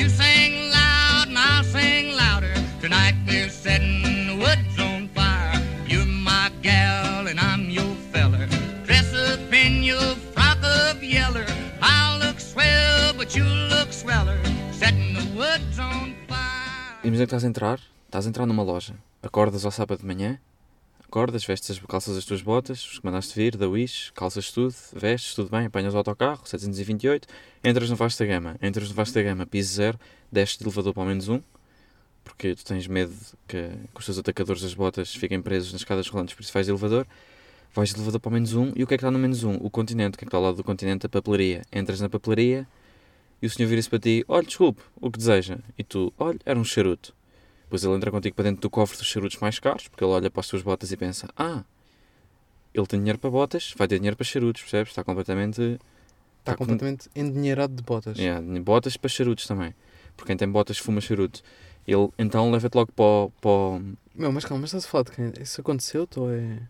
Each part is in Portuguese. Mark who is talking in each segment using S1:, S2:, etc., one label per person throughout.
S1: You sing loud and I'll sing louder. Tonight we're setting the woods on fire. You're my gal and I'm your feller. Dress up in your frock of yeller. I'll look swell, but you look sweller. Setting the woods on fire.
S2: Imagina é que estás a entrar, estás a entrar numa loja. Acordas ao sábado de manhã, acordas, vestes, as- calças as tuas botas, os que mandaste vir, da Wish, calças tudo, vestes, tudo bem, apanhas o autocarro, 728, entras no Vasta Gama, entras no Vasta Gama, piso zero, desces de elevador para ao menos um, porque tu tens medo que, que os teus atacadores das botas fiquem presos nas escadas rolantes, por isso vais de elevador, vais de elevador para ao menos um, e o que é que está no menos um? O continente, o que é que está ao lado do continente? A papelaria. Entras na papelaria, e o senhor vira-se para ti, olha, desculpe, o que deseja? E tu, olha, era um charuto. Depois ele entra contigo para dentro do cofre dos charutos mais caros, porque ele olha para as tuas botas e pensa: Ah, ele tem dinheiro para botas, vai ter dinheiro para charutos, percebes? Está completamente.
S3: Está
S2: Tá com-
S3: Tá completamente endinheirado de botas.
S2: Yeah, botas para charutos também. Porque quem tem botas fuma charuto. Ele então leva-te logo para, o- para o-
S3: Meu, mas calma, mas estás a falar de quem? Isso aconteceu-te ou é.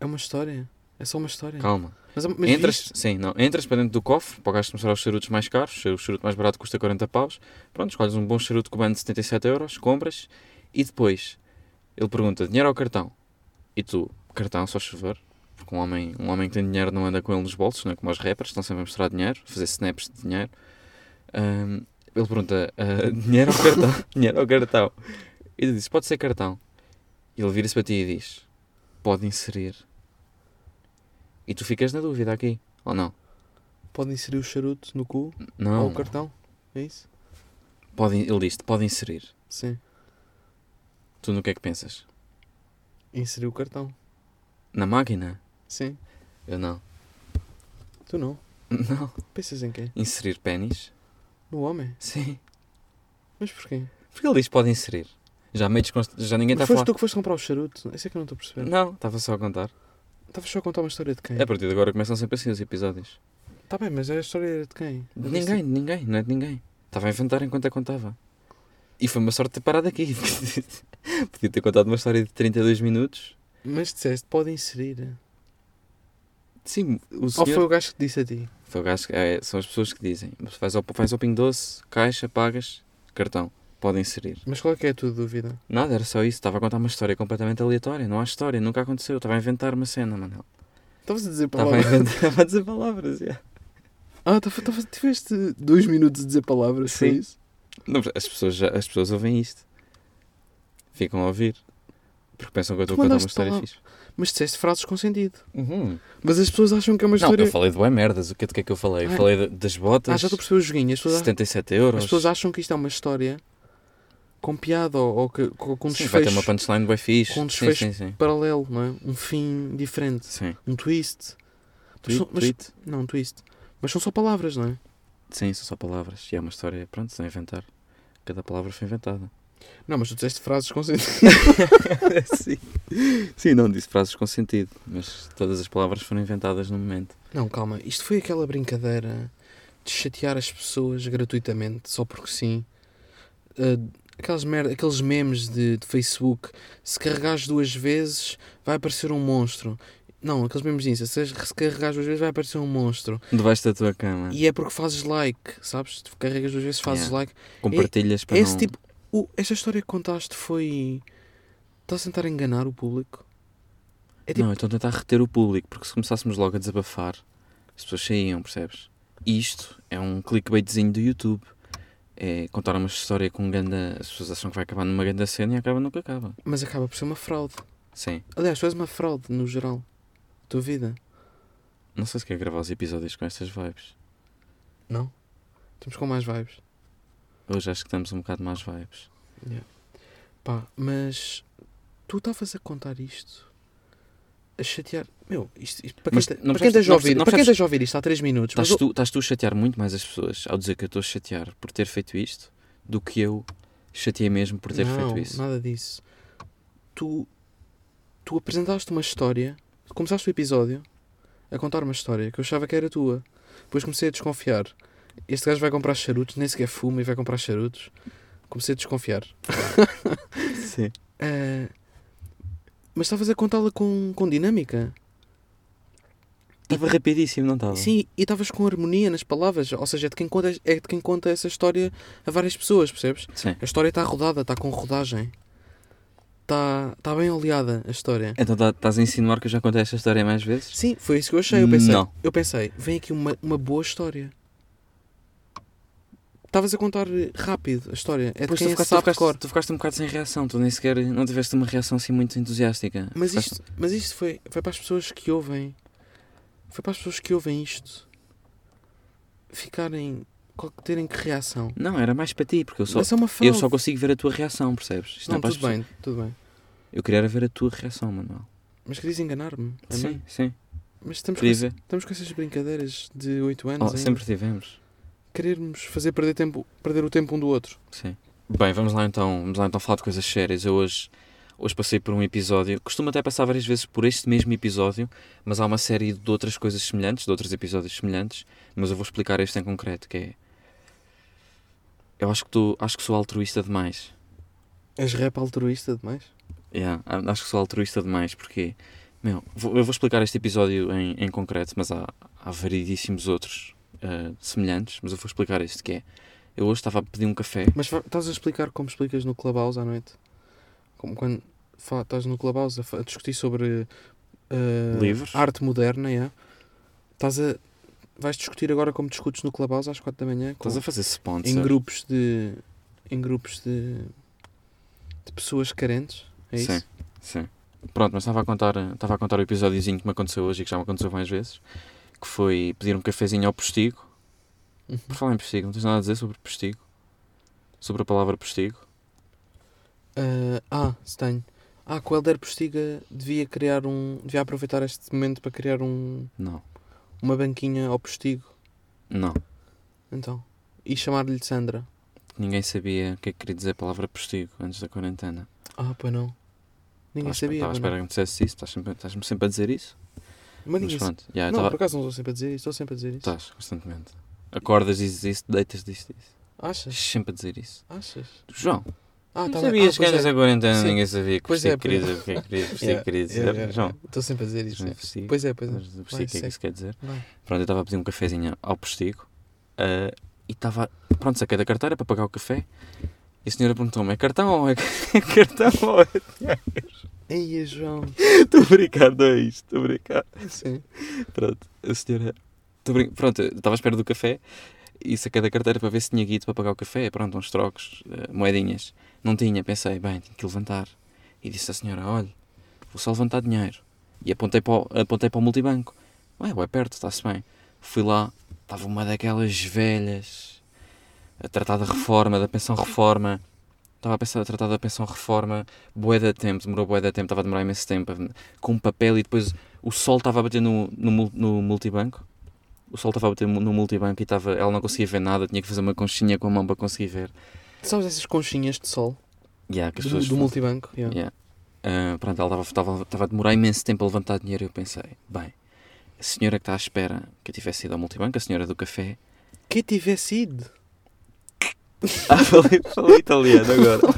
S3: É uma história? É só uma história.
S2: Calma.
S3: Mas, mas
S2: entras,
S3: viste?
S2: sim, não, entras para dentro do cofre, para o gajo te mostrar os charutos mais caros, o charuto mais barato custa 40 paus. Pronto, escolhes um bom charuto cubano de 77 euros, compras e depois ele pergunta: dinheiro ou cartão? E tu, cartão, só chover. Porque um homem, um homem que tem dinheiro não anda com ele nos bolsos, não é como os rappers, estão sempre a mostrar dinheiro, fazer snaps de dinheiro. Ahm, ele pergunta: ah, dinheiro ou cartão? dinheiro ou cartão? E tu dizes: pode ser cartão. E ele vira-se para ti e diz: pode inserir. E tu ficas na dúvida aqui, ou não?
S3: Pode inserir o charuto no cu
S2: Não,
S3: ou o cartão? É isso?
S2: pode, ele diz-te, pode inserir.
S3: Sim.
S2: Tu no que é que pensas?
S3: Inserir o cartão.
S2: Na máquina?
S3: Sim.
S2: Eu não.
S3: Tu não.
S2: Não.
S3: Pensas em quem?
S2: Inserir pênis?
S3: No homem?
S2: Sim.
S3: Mas porquê?
S2: Porque ele diz, pode inserir. Já meio desconst... Já ninguém está tá a
S3: Mas foste
S2: falar.
S3: tu que foste comprar o charuto? Isso é que É. eu não estou a perceber.
S2: Não, É estava só a contar.
S3: Estavas só a contar uma história de quem?
S2: A partir de agora começam sempre assim os episódios.
S3: Tá bem, mas a história era de quem?
S2: De ninguém, de ninguém, não é de ninguém. Estava a inventar enquanto a contava. E foi uma sorte ter parado aqui. Podia ter contado uma história de 32 minutos.
S3: Mas disseste, pode inserir.
S2: Sim, o
S3: Ou
S2: senhor...
S3: foi o gajo que disse a ti?
S2: Foi o gajo que- é, são as pessoas que dizem. Faz ao, faz ao Pingo Doce, caixa, pagas, cartão. Podem inserir.
S3: Mas qual é que é a tua dúvida?
S2: Nada, era só isso. Estava a contar uma história completamente aleatória. Não há história, nunca aconteceu. Estava a inventar uma cena, Manel.
S3: Estavas a dizer
S2: Estava a
S3: palavras.
S2: inventar, estava a dizer palavras, yeah.
S3: Ah, tava- tava- tiveste dois minutos a dizer palavras, foi
S2: Sim.
S3: isso?
S2: Não, mas as, pessoas já- as pessoas ouvem isto. Ficam a ouvir. Porque pensam que eu estou a
S3: Tu
S2: contar uma
S3: mandaste
S2: história
S3: palavras.
S2: fixe.
S3: Mas disseste frases com sentido.
S2: Uhum.
S3: Mas as pessoas acham que é uma
S2: Não,
S3: história.
S2: eu falei de bué merdas. O que é que é que eu falei? Eu
S3: Ah.
S2: falei de- das botas,
S3: Ah, já estou a perceber o joguinho. As pessoas,
S2: 77 euros.
S3: as pessoas acham que isto é uma história com piada ou, ou que, com, com um
S2: Sim, vai ter
S3: desfecho
S2: uma punchline bem fixe.
S3: com um
S2: sim,
S3: desfecho
S2: sim, sim.
S3: paralelo, não é? Um fim diferente.
S2: Sim.
S3: Um twist. Mas
S2: Tweet,
S3: são- mas-
S2: tweet.
S3: Não, um twist. Mas são só palavras, não é?
S2: Sim, são só palavras. E é uma história, pronto, sem inventar. Cada palavra foi inventada.
S3: Não, mas tu disseste frases com sentido.
S2: Sim. Sim, não disse frases com sentido, mas todas as palavras foram inventadas no momento.
S3: Não, calma. Isto foi aquela brincadeira de chatear as pessoas gratuitamente, só porque sim. Ah, aquelas mer- Aqueles memes de, de Facebook. Se carregares duas vezes, vai aparecer um monstro. Não, aqueles memes de Insta. Se se carregares duas vezes, vai aparecer um monstro.
S2: Debaixo da tua cama.
S3: E é porque fazes like, sabes? Tu carregas duas vezes, fazes
S2: Yeah.
S3: like.
S2: Compartilhas para
S3: Esse
S2: não...
S3: tipo. o- esta história que contaste foi. Estás a tentar enganar o público? é tipo-
S2: Não, então tentar reter o público, porque se começássemos logo a desabafar, as pessoas saíam, percebes? Isto é um clickbaitzinho do YouTube. É contar uma história com um ganda... As pessoas acham que vai acabar numa ganda cena e acaba nunca acaba.
S3: Mas acaba por ser uma fraude.
S2: Sim.
S3: Aliás, tu és uma fraude no geral. Tua vida.
S2: Não sei se quer gravar os episódios com estas vibes.
S3: Não? Estamos com mais vibes.
S2: Hoje acho que estamos um bocado mais vibes.
S3: Pá, mas tu estavas a contar isto a chatear. Meu, isto, isto- para quem,
S2: Mas
S3: te-
S2: não
S3: para quem
S2: percebes-
S3: esteja a
S2: não
S3: ouvir,
S2: percebes- não
S3: para quem
S2: percebes-
S3: esteja a ouvir isto há 3 minutos, mas
S2: Estás tu, estás tu a chatear muito mais as pessoas ao dizer que eu estou a chatear por ter feito isto do que eu chateei mesmo por ter
S3: não,
S2: feito isso.
S3: nada disso. Tu, tu apresentaste uma história, começaste o episódio a contar uma história que eu achava que era tua. Depois comecei a desconfiar. Este gajo vai comprar charutos, nem sequer fuma e vai comprar charutos. Comecei a desconfiar.
S2: Sim.
S3: Ah, mas estavas a contá-la com, com dinâmica.
S2: Estava rapidíssimo, não estava?
S3: Sim, e estavas com harmonia nas palavras, ou seja, é de quem conta, é de quem conta essa história a várias pessoas, percebes?
S2: Sim.
S3: A história está rodada, está com rodagem. Está tá bem oleada a história.
S2: Então tá- estás a insinuar que eu já contei esta história mais vezes?
S3: Sim, foi isso que eu achei. Eu pensei,
S2: Não.
S3: eu pensei vem aqui uma, uma boa história. Estavas a contar rápido a história. É de
S2: Pois,
S3: quem
S2: tu,
S3: é
S2: ficaste, tu,
S3: sabe
S2: ficaste,
S3: cor.
S2: tu ficaste um bocado sem reação, tu nem sequer não tiveste uma reação assim muito entusiástica.
S3: Mas
S2: Ficaste-
S3: isto, mas isto foi, foi para as pessoas que ouvem. Foi para as pessoas que ouvem isto ficarem. qual- terem que reação.
S2: um, Não, era mais para ti, porque eu só,
S3: mas é uma fraude.
S2: eu só consigo ver a tua reação, percebes? Isto é
S3: Não,
S2: para as
S3: tudo bem, tudo bem.
S2: pessoas- Eu queria era ver a tua reação, Manuel.
S3: Mas querias enganar-me? a mim?
S2: Sim, sim.
S3: Mas estamos com,
S2: Queria ver.
S3: estamos com essas brincadeiras de 8
S2: Oh,
S3: anos ainda.
S2: sempre tivemos.
S3: Querermos fazer perder, tempo, perder o tempo um do outro.
S2: Sim. Bem, vamos lá então, vamos lá então falar de coisas sérias. Eu hoje, hoje passei por um episódio, costumo até passar várias vezes por este mesmo episódio, mas há uma série de outras coisas semelhantes, de outros episódios semelhantes, mas eu vou explicar este em concreto, que é Eu acho que tu, acho que sou altruísta demais.
S3: És rap altruísta demais?
S2: Yeah, a- acho que sou altruísta demais, porque meu, vou- eu vou explicar este episódio em, em concreto, mas há, há variedíssimos outros eh, semelhantes, mas eu vou explicar este que é. Eu hoje estava a pedir um café.
S3: Mas fa- estás a explicar como explicas no Clubhouse à noite? Como quando fa- estás no Clubhouse a, fa- a discutir sobre eh,
S2: Livros.
S3: arte moderna, yeah. estás a vais discutir agora como discutes no Clubhouse às 4 da manhã com-
S2: Estás a fazer sponsor.
S3: em grupos de em grupos de, de pessoas carentes, é isso?
S2: Sim, sim. Pronto, mas estava a contar, estava a contar o episódiozinho que me aconteceu hoje e que já me aconteceu mais vezes, que foi pedir um cafezinho ao postigo.
S3: Uhum.
S2: Por falar em postigo, não tens nada a dizer sobre postigo? Sobre a palavra postigo?
S3: Eh, ah, se tenho. Ah, que o Helder Postiga devia criar um. devia aproveitar este momento para criar um,
S2: Não.
S3: uma banquinha ao Postigo,
S2: Não.
S3: então. E chamar-lhe de Sandra.
S2: Ninguém sabia o que é que queria dizer a palavra postigo antes da quarentena.
S3: Ah, pois não. Ninguém
S2: Estava a espe- Estava
S3: sabia.
S2: a
S3: pois não.
S2: esperar que me dissesse isso, estás sempre- estás-me sempre a dizer isso.
S3: Mas
S2: Mas
S3: ninguém
S2: pronto, É, Tá. já,
S3: Não,
S2: estava-
S3: por acaso não estou sempre a dizer isso, estou sempre a dizer isso.
S2: estás constantemente. Acordas, dizes isso, deitas, dizes isso.
S3: Achas?
S2: Estás sempre a dizer isso.
S3: Achas?
S2: João, não
S3: Ah, tá bem. Ah,
S2: sabias que
S3: pois
S2: antes
S3: é.
S2: da quarentena
S3: Sim.
S2: ninguém sabia que
S3: Pois
S2: postigo
S3: é,
S2: queria
S3: pois
S2: dizer, o que é que queria- postigo
S3: Yeah,
S2: queria dizer.
S3: yeah, yeah.
S2: João,
S3: É, Estou sempre a dizer isso.
S2: Não é
S3: é.
S2: possível.
S3: Pois é, pois é.
S2: Mas eu
S3: Vai,
S2: percebi o que é que
S3: segue.
S2: isso quer dizer.
S3: Vai.
S2: Pronto, eu estava a pedir um cafezinho ao postigo ah, e estava. Pronto, saquei da carteira para pagar o café e a senhora perguntou-me: é cartão ou é cartão? ou é-"
S3: Ei, João.
S2: Estou a brincar, não é isto, estou a brincar.
S3: Sim.
S2: Pronto, a senhora. estou a brin- Pronto, eu estava à espera do café e saquei da carteira para ver se tinha guito para pagar o café. Pronto, uns trocos, eh, moedinhas. Não tinha, pensei, bem, tenho que levantar. E disse à senhora: olha, vou só levantar dinheiro. E apontei para o, apontei para o multibanco. Ué, ué, perto, está-se bem. Fui lá, estava uma daquelas velhas a tratar da reforma, da pensão reforma. Estava a, pensar, a tratar da pensão reforma, bué da tempo, demorou bué da tempo, estava a demorar imenso tempo, com um papel e depois o sol estava a bater no, no, mul- no multibanco. O sol estava a bater mu- no multibanco e estava, ela não conseguia ver nada, tinha que fazer uma conchinha com a mão para conseguir ver.
S3: Tu sabes essas conchinhas de sol
S2: Yeah, que as
S3: do,
S2: pessoas
S3: do multibanco? Yeah.
S2: Yeah. Ah, pronto, ela estava a demorar imenso tempo a levantar dinheiro e eu pensei, bem, a senhora que está à espera que eu tivesse ido ao multibanco, a senhora do café.
S3: Que tivesse ido.
S2: Ah, falei, falei italiano agora.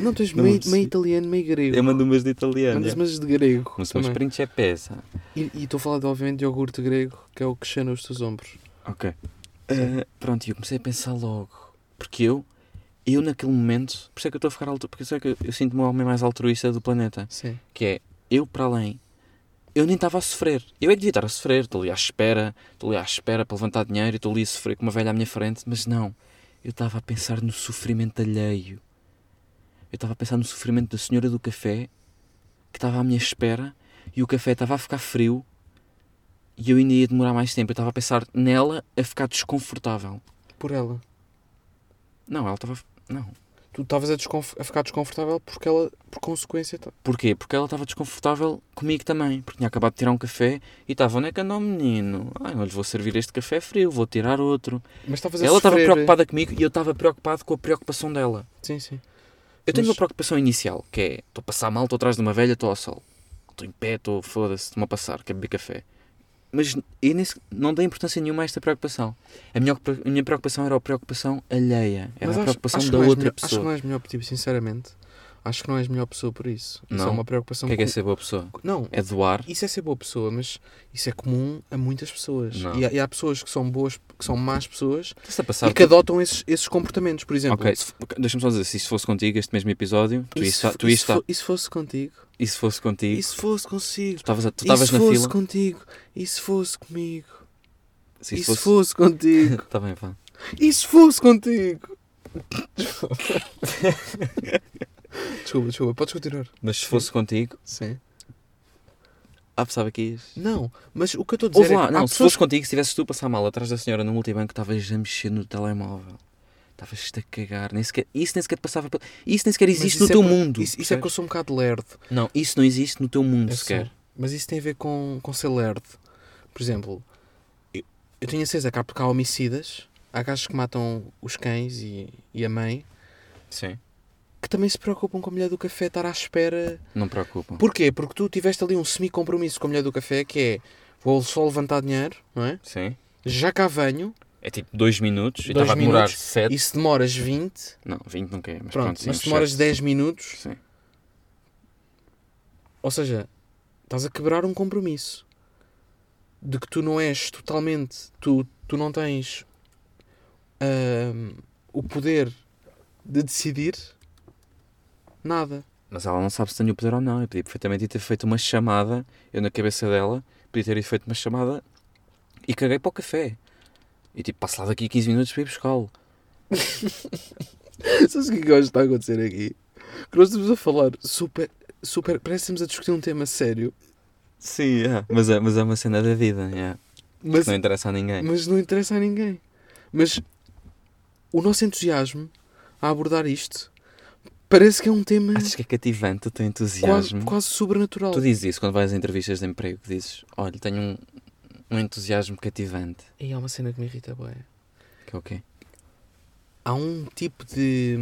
S3: Não, tu és
S2: Não É
S3: meio,
S2: percebi.
S3: meio italiano, meio grego.
S2: Eu mando umas de italiano.
S3: Mandas
S2: yeah.
S3: mas de grego.
S2: Mas
S3: também.
S2: umas prints é pesa.
S3: E e estou a falar, de, obviamente, de iogurte grego, que é o que chana os teus ombros.
S2: Ok. Ah, pronto, e eu comecei a pensar logo. Porque eu, eu naquele momento, por isso é que eu estou a ficar altru... porque isso é que eu, eu sinto-me o homem mais altruísta do planeta.
S3: Sim.
S2: Que é, eu para além, eu nem estava a sofrer. Eu é que devia estar a sofrer, estou ali à espera, estou ali à espera para levantar dinheiro e estou ali a sofrer com uma velha à minha frente, mas não. Eu estava a pensar no sofrimento alheio. Eu estava a pensar no sofrimento da senhora do café que estava à minha espera e o café estava a ficar frio e eu ainda ia demorar mais tempo. Eu estava a pensar nela a ficar desconfortável.
S3: Por ela.
S2: Não, ela estava. Não.
S3: Tu estavas a, desconf- a ficar desconfortável porque ela, por consequência, tá-
S2: Porquê? Porque ela estava desconfortável comigo também. Porque tinha acabado de tirar um café e estava, onde é que anda o menino? Ai, não lhe vou servir este café frio, vou tirar outro.
S3: Mas estavas a
S2: Ela estava
S3: sofrer.
S2: preocupada comigo e eu estava preocupado com a preocupação dela.
S3: Sim, sim.
S2: Eu tenho uma
S3: Mas-
S2: preocupação inicial, que é, estou a passar mal, estou atrás de uma velha, estou ao sol. Estou em pé, estou, foda-se, estou-me a passar, quero beber café. Mas eu nem se- não dei importância nenhuma a esta preocupação. A minha, ocupra- a minha preocupação era a preocupação alheia. Era
S3: Mas
S2: a
S3: acho-
S2: preocupação
S3: acho que
S2: da
S3: não és
S2: outra
S3: melhor- Acho que
S2: pessoa.
S3: não és melhor pedir, sinceramente. Acho que não és a melhor pessoa por isso. Isso
S2: Não?
S3: é uma preocupação
S2: O que é que é
S3: com-
S2: ser boa pessoa?
S3: Não,
S2: É doar?
S3: isso é ser boa pessoa, mas isso é comum a muitas pessoas.
S2: Não.
S3: E há, e há pessoas que são boas, que são más pessoas
S2: Estás a passar.
S3: e que adotam esses, esses comportamentos, por exemplo.
S2: Ok, se f- deixa-me só dizer, se isso fosse contigo, este mesmo episódio, tu
S3: E
S2: ias
S3: se
S2: estar-
S3: fo-
S2: tu
S3: e
S2: ias
S3: se
S2: estar-
S3: fo- E se fosse contigo?
S2: e se fosse contigo,
S3: E se fosse
S2: tu
S3: consigo?
S2: estavas a- tu
S3: E
S2: estavas
S3: se
S2: na
S3: fosse
S2: fila.
S3: contigo? E se fosse comigo?
S2: Se
S3: E
S2: isso
S3: se
S2: fosse.
S3: fosse contigo?
S2: Está bem, vá.
S3: E se fosse contigo? desculpa, desculpa, podes continuar.
S2: Mas se fosse contigo,
S3: Sim.
S2: ah, pensava que ias.
S3: Não, mas o que eu estou a dizer
S2: Ouve
S3: é
S2: lá,
S3: que
S2: não,
S3: há
S2: se
S3: pessoas
S2: fosse contigo, se estivesse tu a passar mal atrás da senhora no multibanco, estavas a mexer no telemóvel. Estavas-te a cagar. Nem sequer, isso nem sequer te passava pelo- Isso nem sequer
S3: Mas
S2: existe
S3: isso
S2: no
S3: é
S2: teu
S3: por-
S2: mundo.
S3: Isso, isso é que eu
S2: percebes?
S3: sou um bocado lerdo.
S2: Não, isso não existe no teu mundo
S3: Eu
S2: sequer.
S3: sei. Mas isso tem a ver com, com ser lerdo. Por exemplo, eu, eu tenho a certeza que há, que há homicidas, há gajos que matam os cães e, e a mãe,
S2: Sim.
S3: que também se preocupam com a mulher do café estar à espera.
S2: Não preocupa.
S3: Porquê? Porque tu tiveste ali um semi-compromisso com a mulher do café, que é vou só levantar dinheiro, não é?
S2: Sim.
S3: Já cá venho,
S2: É tipo dois minutos e
S3: Dois
S2: estava a demorar
S3: minutos.
S2: 7.
S3: e se demoras 20,
S2: Não, 20 não quer, mas
S3: pronto,
S2: pronto,
S3: É- mas
S2: sim,
S3: se demoras
S2: sete.
S3: 10 minutos,
S2: Sim.
S3: ou seja, estás a quebrar um compromisso de que tu não és totalmente, tu, tu não tens ahm, o poder de decidir nada.
S2: Mas ela não sabe se tenho o poder ou não. Eu podia perfeitamente ter feito uma chamada, eu na cabeça dela, podia ter feito uma chamada e caguei para o café. E tipo, passo lá daqui 15 minutos para ir buscá-lo.
S3: Sabes o que é que eu acho que está a acontecer aqui? Que nós estamos a falar super, super, parece que estamos a discutir um tema sério,
S2: Sim, é. mas, é, mas é uma cena da vida, é.
S3: mas
S2: não interessa a ninguém.
S3: mas não interessa a ninguém. Mas o nosso entusiasmo a abordar isto parece que é um tema
S2: Achas que é cativante o teu entusiasmo?
S3: quase, quase sobrenatural.
S2: Tu dizes isso quando vais a entrevistas de emprego, dizes, olha, tenho um, um entusiasmo cativante.
S3: E há uma cena que me irrita, boé.
S2: Que é o quê?
S3: Há um tipo de,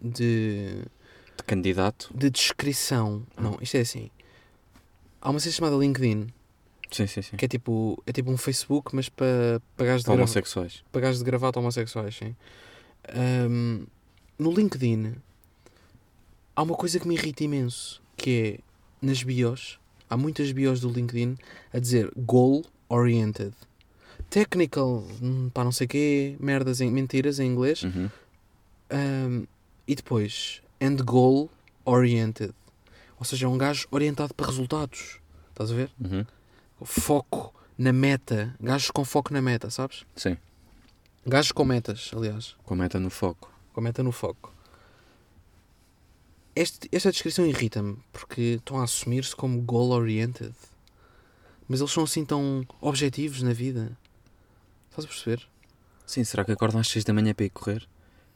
S3: de,
S2: De candidato?
S3: de descrição. Não, isto é assim. Há uma cena chamada LinkedIn,
S2: Sim, sim, sim.
S3: que é tipo, é tipo um Facebook, mas para para gajos de, grava-
S2: Homossexuais.
S3: para gajos de gravata homossexuais, sim. Ahm, no LinkedIn, há uma coisa que me irrita imenso, que é nas bios, há muitas bios do LinkedIn a dizer goal oriented. Technical, hum, pá, não sei quê, merdas, em, mentiras em inglês.
S2: Uhum.
S3: Um, e depois, end goal oriented. Ou seja, é um gajo orientado para resultados. Estás a ver?
S2: Uhum.
S3: Foco na meta. Gajos com foco na meta, sabes?
S2: Sim.
S3: Gajos com metas, aliás.
S2: Com a meta no foco.
S3: Com meta no foco. Este- esta descrição irrita-me, porque estão a assumir-se como goal oriented. Mas eles são assim tão objetivos na vida. Estás a perceber?
S2: Sim, será que acordam às 6 da manhã para ir correr?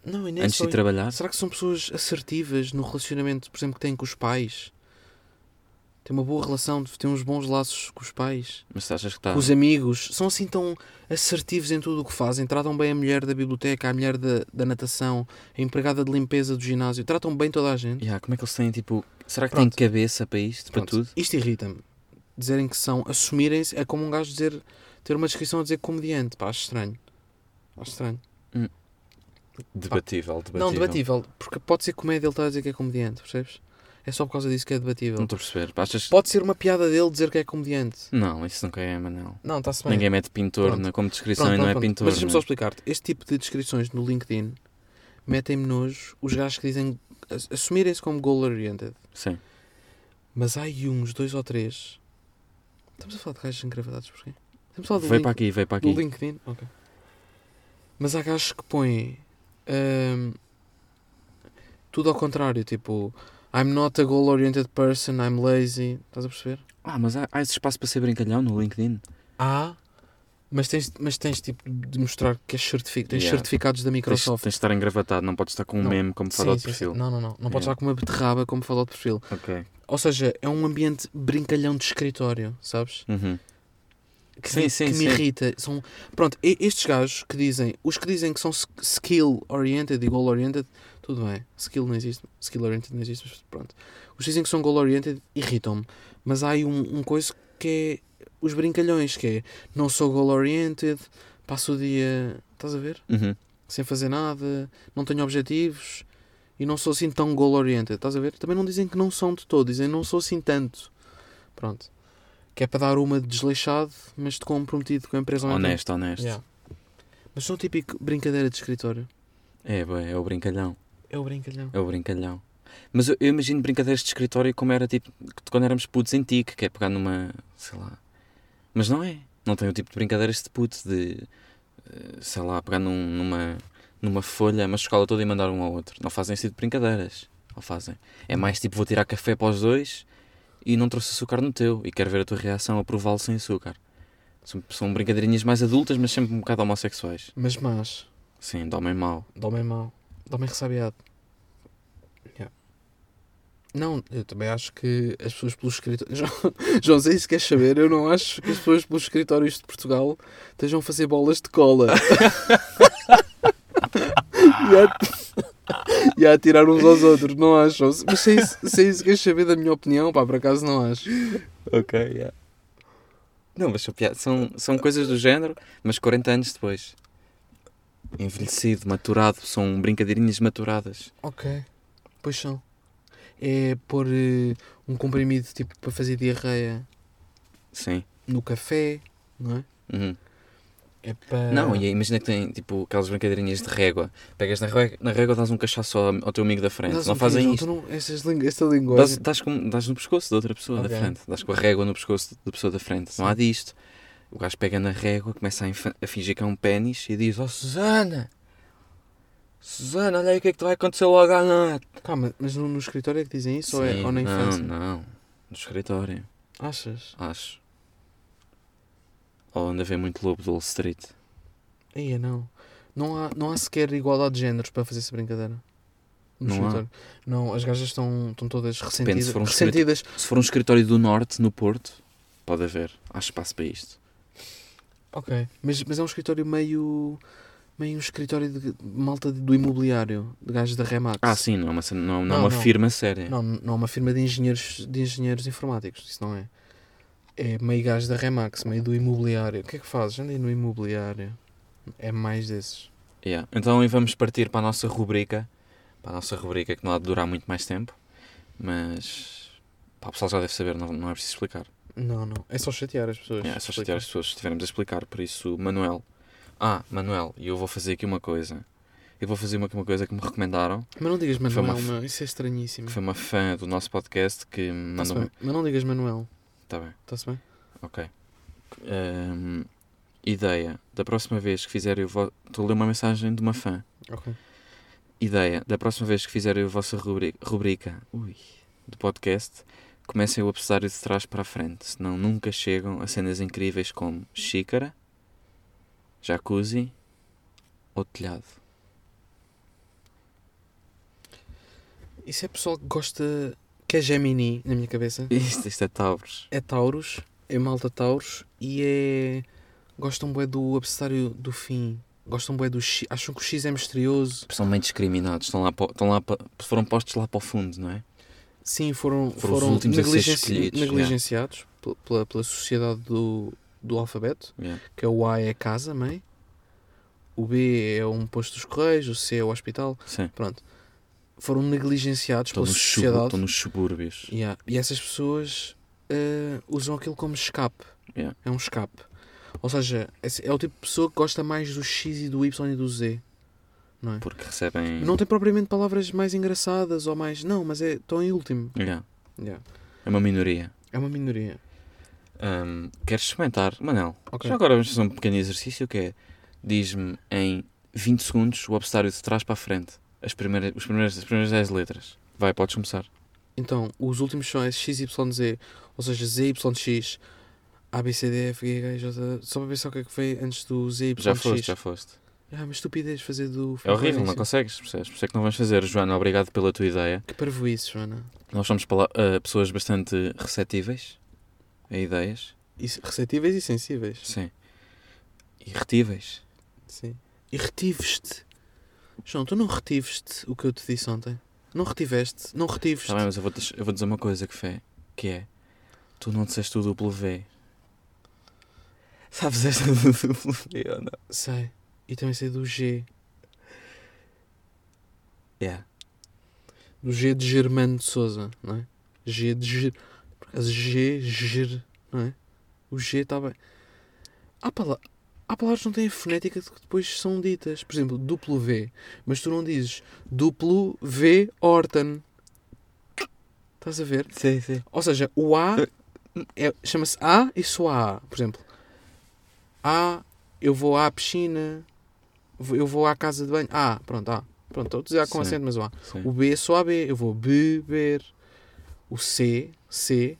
S3: Não, e nem
S2: Antes
S3: só
S2: de ir trabalhar?
S3: Será que são pessoas assertivas no relacionamento, por exemplo, que têm com os pais? Tem uma boa relação, têm uns bons laços com os pais,
S2: Mas achas que tá- está.
S3: com os amigos. São assim tão assertivos em tudo o que fazem. Tratam bem a mulher da biblioteca, a mulher da, da natação, a empregada de limpeza do ginásio. Tratam bem toda a gente.
S2: Yeah, como é que eles têm, tipo. Será que
S3: Pronto.
S2: têm cabeça para isto,
S3: Pronto,
S2: para tudo?
S3: Isto irrita-me. Dizerem que são, assumirem-se, é como um gajo dizer, ter uma descrição a dizer comediante. Pá, acho estranho. Acho estranho.
S2: Debatível, debatível.
S3: Não, debatível, porque pode ser comédia ele estar a dizer que é comediante, percebes? É só por causa disso que é debatível.
S2: Não estou a perceber. pá, Achas...
S3: Pode ser uma piada dele dizer que é comediante.
S2: Não, isso nunca é, Manel.
S3: Não, está-se bem.
S2: Ninguém mete pintor
S3: Pronto.
S2: na- como descrição
S3: Pronto,
S2: e não
S3: pronto,
S2: é
S3: pronto.
S2: pintor.
S3: Mas deixa-me
S2: né?
S3: só explicar -te. Este tipo de descrições no LinkedIn metem-me nojo os gajos que dizem ass- assumirem-se como goal-oriented.
S2: Sim.
S3: Mas há aí uns, dois ou três. Estamos a falar de gajos engravatados porquê? Estamos a falar um do,
S2: Veio
S3: link-
S2: para aqui, veio para
S3: do
S2: aqui.
S3: LinkedIn? Ok. Mas há gajos que põem hum, tudo ao contrário, tipo I'm not a goal-oriented person, I'm lazy. Estás a perceber?
S2: Ah, mas há, há esse espaço para ser brincalhão no LinkedIn?
S3: Há, mas tens, mas tens tipo de mostrar que és certificado, tens
S2: Yeah.
S3: certificados da
S2: Tens, tens
S3: Microsoft.
S2: de estar engravatado, não podes estar com um
S3: Não.
S2: meme como
S3: Sim,
S2: fala de
S3: sim, sim.
S2: perfil.
S3: Não, não, não. Não
S2: Yeah.
S3: podes estar com uma beterraba como falou de perfil.
S2: Ok.
S3: Ou seja, é um ambiente brincalhão de escritório, sabes?
S2: Uhum.
S3: Que,
S2: Sim,
S3: me-
S2: sim,
S3: que me
S2: sim.
S3: irrita. São... Pronto, e- estes gajos que dizem, os que dizem que são s- skill-oriented e goal-oriented, tudo bem. Skill não existe, skill-oriented não existe, mas pronto. Os que dizem que são goal-oriented irritam-me. Mas há aí um, um coisa que é os brincalhões, que é não sou goal-oriented, passo o dia, estás a ver?
S2: Uhum.
S3: sem fazer nada, não tenho objetivos. e não sou assim tão goal oriented, estás a ver? Também não dizem que não são de todo, dizem não sou assim tanto. Pronto. Que é para dar uma de desleixado, mas de comprometido com a empresa ao mesmo
S2: Honesto, honesto.
S3: tempo. é Yeah. Mas são típico brincadeira de escritório.
S2: É, bem, é o brincalhão.
S3: É o brincalhão.
S2: É o brincalhão. Mas eu, eu imagino brincadeiras de escritório como era tipo de quando éramos putos em TIC, que é pegar numa. sei lá. Mas não é. Não tem o tipo de brincadeiras de puto, de. eh, sei lá, pegar num- numa. numa folha, uma escola toda e mandar um ao outro. Não fazem esse tipo de brincadeiras. Não fazem. É mais tipo vou tirar café para os dois e não trouxe açúcar no teu e quero ver a tua reação a prová-lo sem açúcar. São, são brincadeirinhas mais adultas, mas sempre um bocado homossexuais.
S3: Mas más,
S2: Sim, de homem mau.
S3: de homem mau, de homem ressabiado. Yeah. Não, eu também acho que as pessoas pelos escritórios. João, João Zé, se queres saber, eu não acho que as pessoas pelos escritórios de Portugal estejam a fazer bolas de cola. e, a... e a atirar uns aos outros, não acho. Mas se é isso, se é isso que queres saber da minha opinião, pá, por acaso não acho.
S2: Ok, yeah. Não, mas são piada- são, são coisas do género, mas 40 anos depois. Envelhecido, maturado, são brincadeirinhas maturadas.
S3: Ok. Pois são. É pôr eh, um comprimido tipo para fazer diarreia
S2: Sim.
S3: no café, não é?
S2: Uhum.
S3: É para.
S2: Não, e aí imagina que tem tipo aquelas brincadeirinhas de régua. Pegas na régua, na régua dás um cachaço ao, ao teu amigo da frente.
S3: Dás
S2: não
S3: um
S2: fazem
S3: bocadinho,
S2: isto.
S3: tu não- estas lin- esta
S2: Dás,
S3: linguagem.
S2: dás, com- dás no pescoço da outra pessoa
S3: Ok.
S2: da frente. Dás com a régua no pescoço da pessoa da frente. Não há disto. O gajo pega na régua, começa a, infa- a fingir que é um pênis e diz: Oh, Susana! Susana, olha aí o que é que te vai acontecer logo à noite.
S3: Calma, mas no, no escritório é que dizem isso ou, é,
S2: Sim,
S3: ou na infância?
S2: Não, não. No escritório,
S3: Achas?
S2: acho. Ou anda a ver muito lobo do Wall Street.
S3: Aí é não. Não há, não há sequer igualdade de géneros para fazer essa brincadeira. No
S2: Não há.
S3: escritório. Não, as gajas estão, estão todas ressentidas.
S2: for um
S3: ressentidas.
S2: Se for um escritório do Norte, no Porto, pode haver. Há espaço para isto.
S3: Ok. Mas, mas é um escritório meio. meio um escritório de malta de- do imobiliário, de gajos da Remax.
S2: Ah, sim, não é uma, cena- não, é- não é
S3: Não,
S2: uma
S3: não.
S2: firma séria.
S3: Não, não é uma firma de engenheiros, de engenheiros informáticos, isso não é. É meio gajo da Remax, meio do imobiliário. O que é que fazes? Andei no imobiliário. É mais desses.
S2: Yeah. Então e vamos partir para a nossa rubrica. Para a nossa rubrica que não há de durar muito mais tempo. Mas. Pá, o pessoal já deve saber, não, não é preciso explicar.
S3: Não, não. É só chatear as pessoas.
S2: É, é só chatear as pessoas se estivermos a explicar. Por isso, Manuel. Ah, Manuel, e eu vou fazer aqui uma coisa. Eu vou fazer aqui uma coisa que me recomendaram.
S3: Mas não digas
S2: Foi uma
S3: Manuel,
S2: f-
S3: meu. Isso é estranhíssimo.
S2: que foi uma fã do nosso podcast que me
S3: Tá-se
S2: mandou.
S3: bem. Mas não digas Manuel.
S2: Está bem,
S3: Está-se bem?
S2: ok. Hum, ideia: da próxima vez que fizerem o vosso. Estou a ler uma mensagem de uma fã.
S3: Ok.
S2: Ideia: da próxima vez que fizerem a vossa rubrica, rubrica ui, do podcast, comecem o abecedário de trás para a frente, senão nunca chegam a cenas incríveis como xícara, jacuzzi ou telhado.
S3: Isso é pessoal que gosta. que é Gemini, na minha cabeça.
S2: Isto, isto é Tauros.
S3: É Taurus. É malta Taurus. E é. gostam bué do abecedário do fim. Gostam bué do X. Acham que o X é misterioso.
S2: São meio discriminados, estão lá, pa- estão lá pa- foram postos lá para o fundo, não é?
S3: Sim, foram,
S2: Foram
S3: foram,
S2: os últimos a ser
S3: negligenci-
S2: escolhidos,
S3: negligenciados pe- pela, pela sociedade do, do alfabeto,
S2: Yeah.
S3: que é o A é casa, mãe, o B é um posto dos correios, o C é o hospital,
S2: Sim.
S3: pronto. Foram negligenciados
S2: Estão
S3: pela
S2: nos, subu-
S3: sociedade
S2: estão nos subúrbios.
S3: Yeah. e essas pessoas eh, usam aquilo como escape.
S2: Yeah.
S3: É um escape. Ou seja, esse é o tipo de pessoa que gosta mais do X e do Y e do Z.
S2: Porque recebem.
S3: Não tem propriamente palavras mais engraçadas ou mais. Não, mas é, estão em último.
S2: Yeah,
S3: Yeah.
S2: É uma minoria.
S3: É uma minoria.
S2: Ahm, queres experimentar? Manel,
S3: Ok.
S2: já agora vamos fazer um pequeno exercício que é: diz-me em 20 segundos o abecedário de trás para a frente. As primeiras, os primeiros, as primeiras 10 letras. Vai, podes começar.
S3: Então, os últimos são XYZ, ou seja, ZYX, A, B, C, D, F, G, H, I, J, só para pensar o que é que veio antes do ZYX.
S2: Já foste, já foste.
S3: Ah, mas estupidez fazer do...
S2: É horrível, não
S3: do início.
S2: consegues, percebes? Por isso é que não vamos fazer. Joana, obrigado pela tua ideia.
S3: Que parvoíce, Joana.
S2: Nós somos pala- ah, pessoas bastante receptíveis a ideias.
S3: Isso, receptíveis e sensíveis.
S2: Sim. E retíveis.
S3: Sim. E retiveste. João, tu não retiveste o que eu te disse ontem? Não retiveste? Não retiveste?
S2: Tá bem, mas eu vou, te- eu vou dizer uma coisa que fé, que é tu não disseste o duplo V. Sabes esta do duplo V ou não?
S3: Sei. E também sei do G.
S2: É. Yeah.
S3: do G de Germano de Souza, não é? G de Ger... Por acaso, G, Ger... Não é? O G está bem. Há, pala... Há palavras que não têm a fonética que depois são ditas. Por exemplo, duplo V. Mas tu não dizes duplo V Horton. Estás a ver?
S2: Sim, sim.
S3: Ou seja, o A é- chama-se A e só há A. Por exemplo, A, eu vou à piscina, vou- eu vou à casa de banho. A, pronto, A. Pronto, estou a dizer A com
S2: Sim.
S3: acento, mas o A.
S2: sim.
S3: O B, é só há B, eu vou beber. O C, C.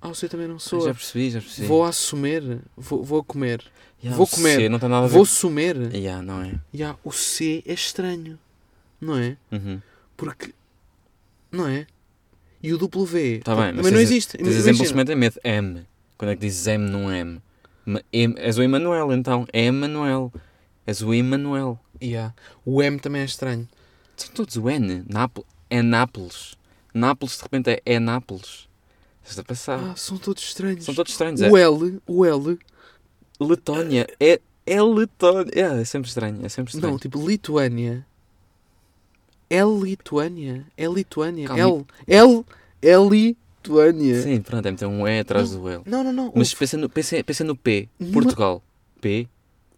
S3: Ah, o C também não
S2: Ah,
S3: sou.
S2: Já percebi, já percebi.
S3: Vou a somer, vou, vou a comer.
S2: Yeah,
S3: vou
S2: o
S3: comer.
S2: C não tem nada a ver.
S3: Vou somer.
S2: Yeah, não é?
S3: E há o C é estranho, não é?
S2: Uhum.
S3: Porque, não é? E o duplo V
S2: Tá bem, mas
S3: também não
S2: tens-
S3: existe.
S2: Tens exemplos que metem
S3: Imagina.
S2: medo. M. Quando é que dizes M, não M? Ma- M- És o Emanuel, então. É Emanuel. És o Emanuel.
S3: Yeah. O M também é estranho.
S2: São todos o N. Nápoles. É Nápoles. Nápoles, de repente, é, é Nápoles. Estás a passar.
S3: Ah, são todos estranhos.
S2: São todos estranhos. É.
S3: O L, o L,
S2: Letónia. É, é Letónia. É, é sempre estranho. É sempre estranho.
S3: não, tipo Lituânia. L Lituânia, é Lituânia,
S2: Calma,
S3: L, L, L Lituânia.
S2: Sim, pronto. É meter um E atrás do L.
S3: Não, não, não.
S2: Mas pensa no, pensa, pensa no P.
S3: Uma-
S2: Portugal. P.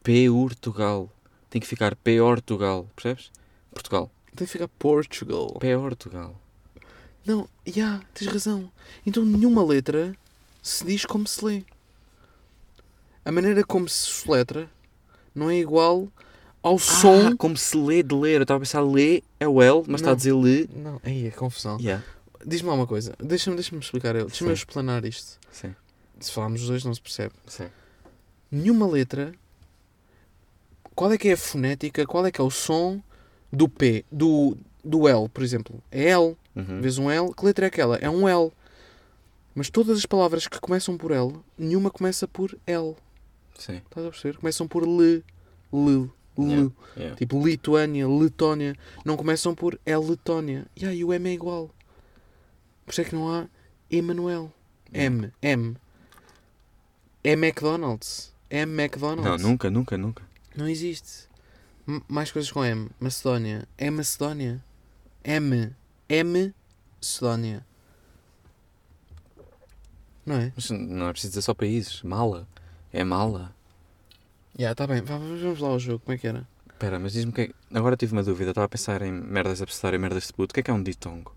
S2: P. Portugal. Tem que ficar P. Portugal. Percebes? Portugal.
S3: Tem que ficar Portugal.
S2: P. Portugal.
S3: Não, já, tens razão. Então nenhuma letra se diz como se lê. A maneira como se soletra não é igual ao som.
S2: Ah, como se lê de ler. Eu estava a pensar lê é o L, mas está a
S3: Não.
S2: dizer lê.
S3: Não, aí é confusão.
S2: Yeah.
S3: Diz-me lá uma coisa, deixa-me deixa explicar, eu- deixa-me
S2: Sim.
S3: eu explanar isto.
S2: Sim.
S3: Se falarmos os dois, não se percebe.
S2: Sim.
S3: Nenhuma letra. Qual é que é a fonética? Qual é que é o som do P, do, do L, por exemplo? É L.
S2: Uhum.
S3: Vês um L, que letra é aquela? É um L. Mas todas as palavras que começam por L, nenhuma começa por L.
S2: Sim.
S3: Estás a perceber? Começam por L. L. L.
S2: Yeah, yeah.
S3: Tipo Lituânia, Letónia. Não começam por L. Letónia. E aí o M é igual. Por isso é que não há Emanuel. M. M. É McDonald's. M.
S2: Não,
S3: McDonald's.
S2: nunca, nunca, nunca.
S3: Não existe. M- mais coisas com M. Macedónia. É Macedónia. M. M. Macedónia. Não é?
S2: Mas não é preciso dizer só países. Mala. É mala.
S3: Já, está bem. Vá, vamos vamos lá ao jogo. Como é que era?
S2: Espera, mas diz-me o que é... Agora tive uma dúvida. Estava a pensar em merdas a prestar e merdas de puto. O que é que é um ditongo?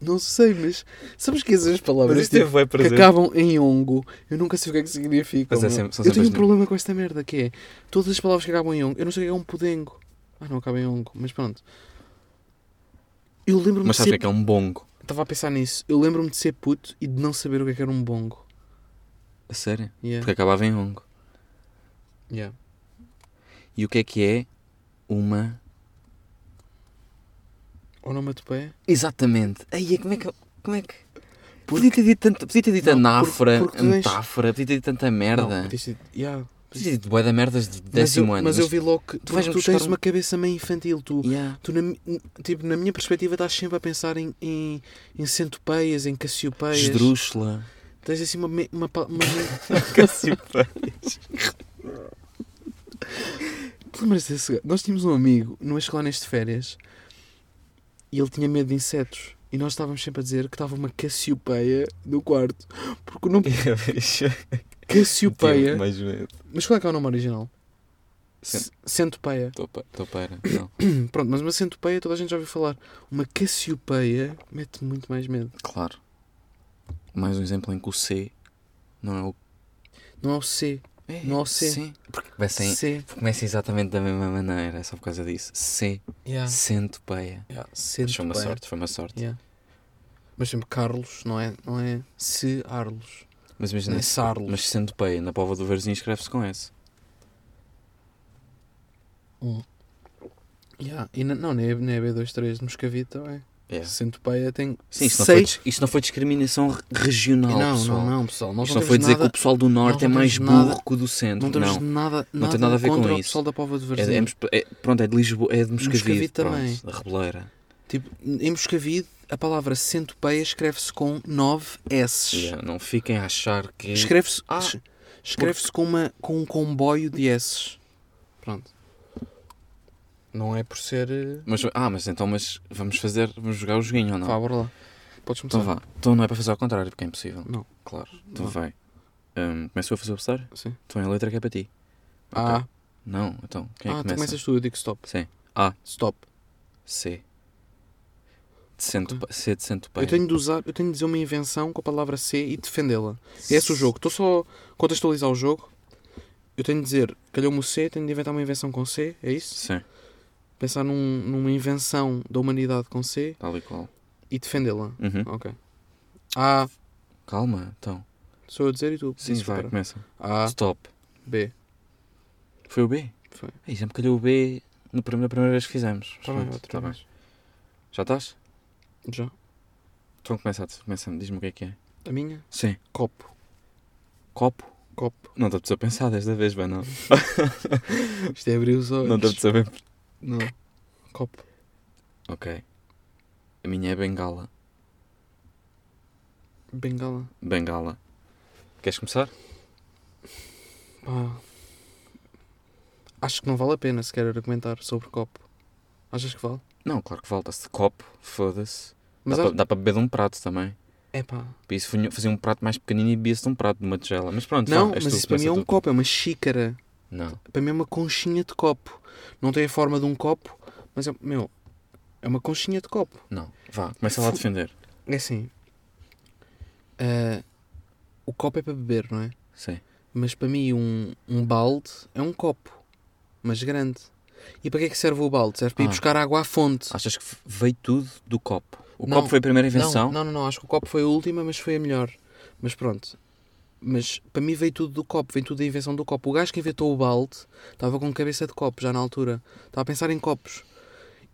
S3: Não sei, mas... Sabes que essas palavras tipo,
S2: vai
S3: que acabam em ongo, eu nunca sei o que é que significa.
S2: Mas é
S3: meu.
S2: sempre- são
S3: eu
S2: sempre
S3: tenho um
S2: as
S3: problema com esta merda, que é... Todas as palavras que acabam em ongo, eu não sei o que é um pudengo. Ah, não acaba em ongo, mas pronto. Eu lembro-me de
S2: Mas sabes o que é
S3: ser
S2: que é um bongo?
S3: Estava a pensar nisso. Eu lembro-me de ser puto e de não saber o que é que era um bongo.
S2: A sério?
S3: Yeah.
S2: Porque acabava em ongo.
S3: Yeah.
S2: E o que é que é uma...
S3: Onomatopeia?
S2: Exatamente. Aí, como é que... Como é que... Podia ter dito, tanto, podia ter dito
S3: Não, porque-
S2: anáfora,
S3: porque tu tens-
S2: metáfora, podia ter dito tanta merda.
S3: Não, disse- yeah.
S2: Podia ter dito bué da merdas de
S3: Mas,
S2: décimo
S3: eu,
S2: ano.
S3: mas eu vi logo que tu,
S2: vais-me
S3: tu tens
S2: buscar um-
S3: uma cabeça meio infantil. Tu,
S2: Yeah.
S3: tu na, mi- tipo, na minha perspectiva, estás sempre a pensar em, em, em centopeias, em cassiopeias.
S2: Esdrúxula.
S3: Tens assim uma. me- uma, pa- uma me- Tu lembras desse gajo? Nós tínhamos um amigo numa colónias de férias e ele tinha medo de insetos. E nós estávamos sempre a dizer que estava uma cassiopeia no quarto. Porque o nome Tipo, cassiopeia.
S2: Mais medo.
S3: Mas qual é que é o nome original?
S2: Cent-
S3: C- Centopeia. Hum,
S2: Topeira. Não.
S3: Pronto, mas uma centopeia toda a gente já ouviu falar. Uma cassiopeia mete muito mais medo.
S2: Claro. Mais um exemplo em que o C não é o...
S3: Não é o C.
S2: É,
S3: Não é o C.
S2: Porque começa, em...
S3: C.
S2: começa exatamente da mesma maneira, só por causa disso. C.
S3: Yeah.
S2: Centopeia.
S3: Yeah.
S2: Mas Foi uma
S3: Centopeia.
S2: sorte, foi uma sorte.
S3: Yeah. Mas sempre Carlos, não é? Não é se Arlos.
S2: Mas imagina,
S3: Nem sarlos.
S2: mas centopeia, na pova do Varzim escreve-se com S.
S3: Yeah. E na- não, nem é, nem é B23 de Moscavite também.
S2: É.
S3: Centopeia tem
S2: Sim, isto não, foi,
S3: seis...
S2: dis- isto não foi discriminação re- regional,
S3: não,
S2: pessoal.
S3: não, não, pessoal. Nós
S2: isto
S3: não,
S2: não foi
S3: temos
S2: dizer que
S3: nada,
S2: o pessoal do Norte é
S3: não
S2: mais
S3: temos nada-
S2: burro que o do Centro.
S3: não
S2: Não,
S3: temos nada, nada
S2: não tem nada a ver com
S3: contra o
S2: isso.
S3: pessoal da Pova de
S2: É,
S3: Varzim.
S2: é, Mosca- é- pronto, é de Lisboa, é de Moscavide,
S3: Moscavide também.
S2: pronto, da Reboleira.
S3: Tipo, em Moscavide, a palavra centopeia escreve-se com 9 S.
S2: Yeah, não fiquem a achar que...
S3: Escreve-se
S2: Ah,
S3: es- escreve-se com, uma- com um comboio de S. Pronto. Não é por ser. eh,
S2: Mas, ah, mas então mas vamos fazer, vamos jogar o joguinho ou não?
S3: Vá, bora lá. Podes começar.
S2: Então vá. Então não é para fazer ao contrário, porque é impossível.
S3: Não.
S2: Claro. Então
S3: Não.
S2: vai. Hum, começo eu a fazer o pesar?
S3: Sim.
S2: Então é a letra que é para ti.
S3: A.
S2: Ok. Não, então. Quem é
S3: ah,
S2: que
S3: tu
S2: começa?
S3: começas tu, eu digo stop.
S2: Sim. Ah, A,
S3: Stop.
S2: C. De cento, C de centopeia.
S3: Eu tenho de usar, eu tenho de dizer uma invenção com a palavra C e defendê-la. É esse o jogo. Estou só a contextualizar o jogo. Eu tenho de dizer, calhou-me o C, tenho de inventar uma invenção com C, é isso?
S2: Sim,
S3: Pensar num- numa invenção da humanidade com C
S2: tal e qual.
S3: e defendê-la.
S2: Uhum.
S3: Ok. A.
S2: Calma, então.
S3: Sou eu a dizer e tu.
S2: Sim,
S3: dizes
S2: vai,
S3: para.
S2: começa.
S3: A.
S2: Stop.
S3: B.
S2: Foi o B?
S3: Foi.
S2: Aí, já me calhou o B no prim- na primeira vez que fizemos.
S3: Tá bem,
S2: Pronto,
S3: outra
S2: tá
S3: vez.
S2: Já estás?
S3: Já.
S2: Então começa, a- começa diz-me o que é que é.
S3: A minha.
S2: Sim.
S3: Copo.
S2: Copo.
S3: Copo.
S2: Não estou a pensar desta vez, bem, não.
S3: Isto é abrir os olhos.
S2: Não estou a saber.
S3: Não. Copo.
S2: Ok. A minha é bengala.
S3: Bengala.
S2: Bengala. Queres começar?
S3: Pá. Acho que não vale a pena sequer argumentar sobre copo. Achas que vale?
S2: Não, claro que volta-se de copo, foda-se. Dá
S3: Mas
S2: para
S3: acho...
S2: dá para beber de um prato também.
S3: É pá.
S2: Para isso funha- fazia um prato mais pequenino e bebia-se de um prato, de uma tigela. Mas pronto,
S3: Não,
S2: vá, és
S3: mas
S2: tu,
S3: isso para mim é
S2: começa
S3: um
S2: tu.
S3: copo, é uma xícara.
S2: Não,
S3: Para mim é uma conchinha de copo. Não tem a forma de um copo, mas é, meu, é uma conchinha de copo.
S2: não. Vá, começa lá a
S3: Fu-
S2: defender.
S3: É assim. ah, o copo é para beber, não é?
S2: Sim.
S3: Mas para mim um, um balde é um copo, mas grande. E para que é que serve o balde? Serve para ir
S2: Ah.
S3: buscar água à fonte.
S2: Achas que f- veio tudo do copo? O
S3: Não,
S2: copo foi a primeira invenção?
S3: Não, não, não, não, acho que o copo foi a última, mas foi a melhor. Mas pronto. Mas para mim veio tudo do copo, veio tudo da invenção do copo. O gajo que inventou o balde estava com cabeça de copo já na altura. Estava a pensar em copos.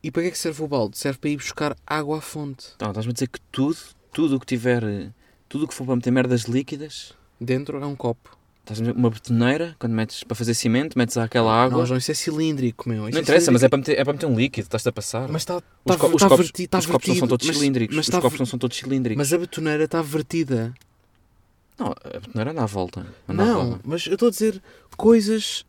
S3: E para que é que serve o balde? Serve para ir buscar água à fonte.
S2: Então, estás-me a dizer que tudo, tudo o que tiver, eh, tudo o que for para meter merdas líquidas,
S3: Dentro é um copo.
S2: estás-me a dizer uma betoneira, quando metes para fazer cimento, metes aquela água.
S3: Não,
S2: Não,
S3: João, isso é cilíndrico, meu. Isso
S2: interessa, mas é
S3: cilíndrico.
S2: para meter, é para meter um líquido, estás-te a passar.
S3: Mas está
S2: os,
S3: tá,
S2: co- os
S3: tá
S2: copos,
S3: verti- tá
S2: os copos não são
S3: vertido,
S2: todos
S3: mas-
S2: cilíndricos.
S3: Mas,
S2: os
S3: tá
S2: copos
S3: ver-
S2: não são todos cilíndricos.
S3: mas a betoneira está vertida.
S2: Não, a betoneira anda à volta. Anda à
S3: Não,
S2: volta.
S3: mas eu estou a dizer coisas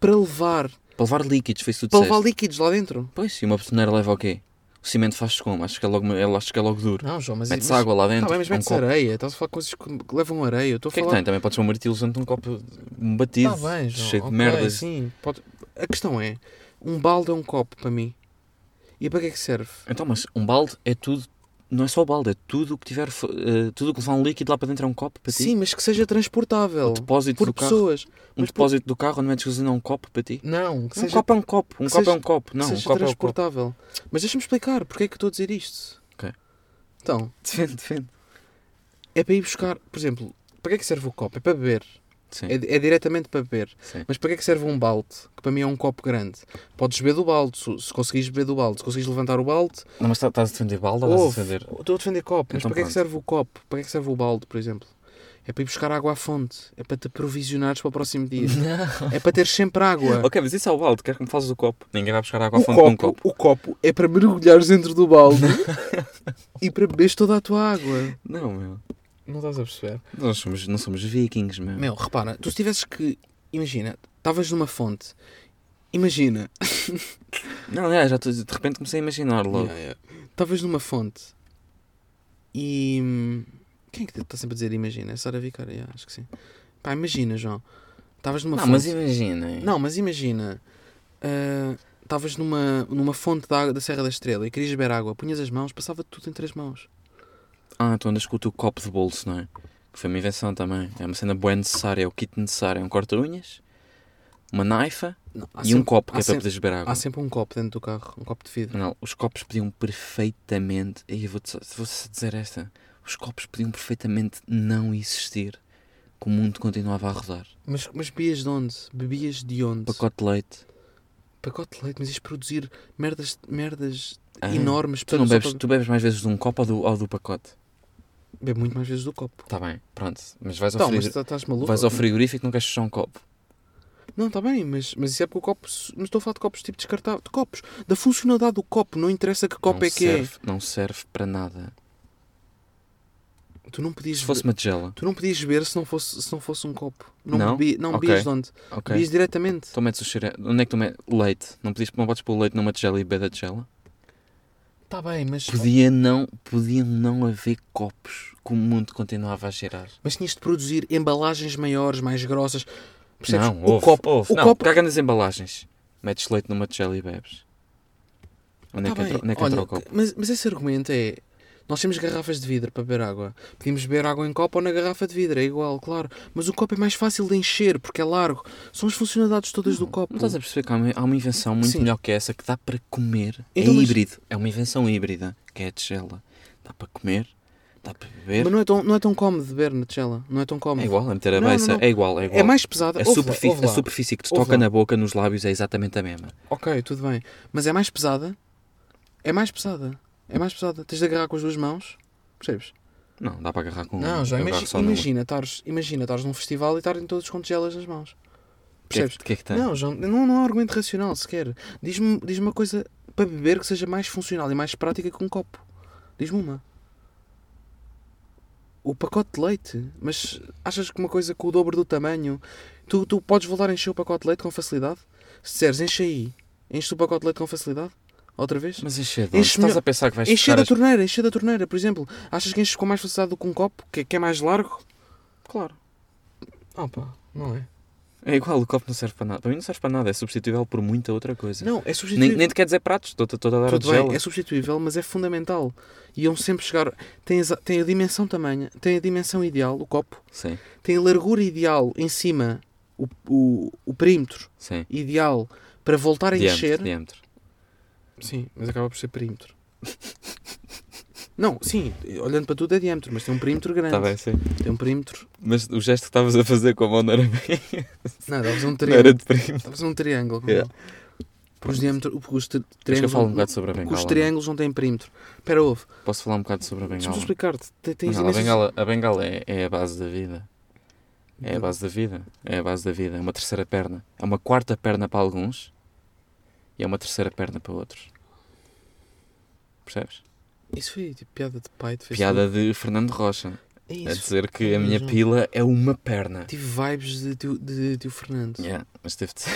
S3: para levar.
S2: Para levar líquidos, foi isso que tu
S3: Para
S2: disseste.
S3: levar líquidos lá dentro.
S2: Pois, e uma betoneira leva o quê? O cimento faz-se como? Acho que é logo, é, acho que é logo duro.
S3: Não, João, mas
S2: Metes
S3: mas-
S2: água lá
S3: Tá
S2: dentro.
S3: bem, mas
S2: um
S3: metes
S2: copo.
S3: areia. Estás a falar coisas que que levam areia. Eu
S2: O
S3: estou a
S2: que é que
S3: falar.
S2: tem? Também podes pôr um martelo junto de um copo um batido.
S3: Tá bem, João.
S2: Cheio de
S3: ok,
S2: merdas.
S3: Sim, pode- A questão é: um balde é um copo para mim. E para que é que serve?
S2: Então, mas um balde é tudo. Não é só o balde, é tudo o que tiver. fo- eh, tudo o que levar um líquido lá para dentro é um copo para ti.
S3: Sim, mas que seja transportável.
S2: Um depósito
S3: por
S2: do carro.
S3: pessoas.
S2: Um
S3: mas por-
S2: depósito do carro onde metes gasolina é um copo para ti.
S3: Não, que
S2: um
S3: seja,
S2: copo é um copo. Um
S3: que
S2: copo é
S3: seja-
S2: um copo.
S3: que
S2: Não, um
S3: seja
S2: copo é um copo.
S3: transportável. Mas deixa-me explicar porque é que eu estou a dizer isto.
S2: Ok.
S3: Então,
S2: Defende, defende.
S3: é para ir buscar, por exemplo, para que é que serve o copo? É para beber.
S2: Sim,
S3: É, é diretamente para beber.
S2: sim.
S3: Mas para que é que serve um balde? Que para mim é um copo grande. Podes beber do balde, se, se conseguires beber do balde, se conseguires levantar o balde,
S2: Não, mas tá- estás a defender balde ou
S3: Ouve,
S2: estás a defender.
S3: Estou a defender copo, mas
S2: Então
S3: para que é
S2: pronto.
S3: que serve o copo? Para que é que serve o balde, por exemplo? É para ir buscar água à fonte, é para te provisionares para o próximo dia, é para ter sempre água.
S2: Ok, mas isso é o balde. Quer que me fales do copo? Ninguém vai buscar água à
S3: o,
S2: fonte com um copo.
S3: copo, o copo é para mergulhares dentro do balde e para beberes toda a tua água.
S2: Não, meu.
S3: Não estás a perceber?
S2: Nós somos, não somos vikings, meu.
S3: Meu, repara, tu se tivesses que. Imagina, estavas numa fonte, imagina,
S2: Não, é, já tô- de repente comecei a imaginar logo.
S3: Yeah, yeah. estavas numa fonte e. hum, Quem é que está sempre a dizer imagina? É Sara Vicar, yeah, acho que sim. Pá, imagina, João. Estavas numa
S2: não,
S3: fonte.
S2: mas imaginem.
S3: Não, mas imagina. ah, Estavas numa, numa fonte da, água- da Serra da Estrela e querias beber água, punhas as mãos, passava tudo entre as mãos.
S2: Ah, tu andas com o teu copo de bolso, não é? Que foi uma invenção também. É uma cena boa necessária, é o kit necessário. É um corta-unhas, uma naifa
S3: Não, há
S2: e um
S3: sempre-
S2: copo que é
S3: há
S2: para
S3: sempre-
S2: poderes beber água. Hum.
S3: Há sempre um copo dentro do carro, um copo de vidro.
S2: Não, os copos podiam perfeitamente. Aí eu vou-te só- vou só dizer esta. Os copos podiam perfeitamente não existir. Que o mundo continuava a rodar.
S3: Mas, mas bebias de onde? Bebias de onde?
S2: Pacote de leite.
S3: Pacote de leite, mas ias produzir merdas, merdas
S2: Ah,
S3: enormes.
S2: Tu, não
S3: só
S2: bebes, tu bebes mais vezes de um copo ou do, ou do pacote?
S3: Bebo muito mais vezes do copo.
S2: Tá bem, pronto. Mas vais ao,
S3: Então, mas
S2: frigor-
S3: tá- estás maluco?
S2: vais ao frigorífico e não queres fechar um copo.
S3: Não, está bem, mas, mas isso é porque o copo. se- Mas estou a falar de copos tipo descartável. De copos. Da funcionalidade
S2: é
S3: do copo, não interessa é que copo
S2: não
S3: é que
S2: serve, Não serve para nada.
S3: Tu não podias
S2: Se fosse
S3: be-
S2: uma tigela.
S3: Tu não podias beber se não fosse, se não fosse um copo. Não,
S2: Não?
S3: bebi- não
S2: Ok.
S3: bebias de onde?
S2: Ok.
S3: Bebias diretamente.
S2: Então metes o cheiro. Onde é que tu metes? Leite. Não, podias, não podes pôr o leite numa tigela e beber da tigela?
S3: Está Tá bem, mas.
S2: Podia não, podiam não haver copos que o mundo continuava a cheirar.
S3: Mas tinhas de produzir embalagens maiores, mais grossas. Percebes?
S2: Não,
S3: o
S2: ouve,
S3: copo.
S2: ouve.
S3: o
S2: não,
S3: copo.
S2: caga nas embalagens. Metes leite numa tigela e bebes. Onde é
S3: Tá
S2: que,
S3: bem,
S2: entra, onde é que entra
S3: olha,
S2: o copo?
S3: Mas, mas esse argumento é. Nós temos garrafas de vidro para beber água. Podíamos beber água em copo ou na garrafa de vidro, é igual, claro. Mas o copo é mais fácil de encher porque é largo. São as funcionalidades todas do copo.
S2: Não estás a perceber que há uma, há uma invenção muito
S3: Sim.
S2: melhor que essa que dá para comer.
S3: Então,
S2: é
S3: mas-
S2: híbrido. É uma invenção híbrida, que é a tigela. Dá para comer, dá para beber.
S3: Mas não é tão, não é tão cómodo beber na tigela. Não é tão cómodo.
S2: É igual, a meter a
S3: Não, não,
S2: beça.
S3: não.
S2: É igual, é igual.
S3: É mais pesada.
S2: A,
S3: Ouve lá,
S2: superfí-
S3: ouve
S2: a
S3: lá.
S2: superfície que te
S3: Ouve
S2: toca
S3: lá.
S2: na boca, nos lábios, é exatamente a mesma.
S3: Ok, tudo bem. Mas é mais pesada. É mais pesada. É mais pesada. Tens de agarrar com as duas mãos. Percebes?
S2: Não, dá para Hum, agarrar com
S3: Não, já
S2: eu agarro
S3: imagi-
S2: só numa.
S3: imagina estares imagina estares num festival e estarem todos com tigelas nas mãos.
S2: O que é que-
S3: Percebes?
S2: o que é que tem?
S3: Não, João, não, não há argumento racional sequer. Diz-me diz uma coisa para beber que seja mais funcional e mais prática que um copo. Diz-me uma. O pacote de leite. Mas achas que uma coisa com o dobro do tamanho. Tu, tu podes voltar a encher o pacote de leite com facilidade? Se disseres, enche aí. Enches o pacote de leite com facilidade? Outra vez?
S2: Mas encher de onde?
S3: Enche
S2: Estás
S3: melhor-
S2: a pensar que vais
S3: Encher
S2: fechar
S3: da
S2: as-
S3: torneira, encher da torneira, por exemplo. Achas que enches com mais facilidade do que um copo? Que, que é mais largo? Claro. Opa, não é?
S2: É igual, o copo não serve para nada. Para mim não serve para nada, é substituível por muita outra coisa.
S3: Não, é
S2: nem,
S3: substituível.
S2: nem te quer dizer pratos, estou-te estou-te a dar a
S3: Tudo bem,
S2: tigela.
S3: é substituível, mas é fundamental. Iam sempre chegar. Tem, exa- tem a dimensão tamanha, tem a dimensão ideal, o copo,
S2: Sim,
S3: tem a largura ideal em cima, o, o, o perímetro
S2: sim.
S3: ideal para voltar a
S2: Diâmetro,
S3: encher.
S2: diâmetro.
S3: Sim, mas acaba por ser perímetro. Não, sim, olhando para tudo é diâmetro, mas tem um perímetro grande.
S2: Está Tá bem, sim.
S3: Tem um perímetro.
S2: Mas o gesto que estavas a fazer com a mão não era, bem-
S3: Não, dá um
S2: não era
S3: triângulo.
S2: de primo.
S3: Dá um triângulo. com
S2: Yeah.
S3: ele. Porque os diâmetros. Porque os tri-
S2: Queres que eu
S3: triângulos.
S2: fale um
S3: não-
S2: bocado sobre a
S3: porque
S2: bengala?
S3: os
S2: não?
S3: triângulos não têm perímetro. Espera, ouve.
S2: Posso falar um bocado sobre a
S3: Deixa-me
S2: bengala?
S3: só explicar-te. Te- Tens
S2: Bengala, a,
S3: imensas-
S2: bengala, a bengala é, é a base da vida. É a base da vida. É a base da vida. É uma terceira perna. É uma quarta perna para alguns e é uma terceira perna para outros. Percebes?
S3: Isso foi tipo, piada de pai de
S2: Piada de Fernando Rocha.
S3: É Tipo
S2: A
S3: isso.
S2: dizer que a minha
S3: Não.
S2: pila é uma perna.
S3: Tive vibes de tio, de tio Fernando.
S2: Yeah, mas teve de ser.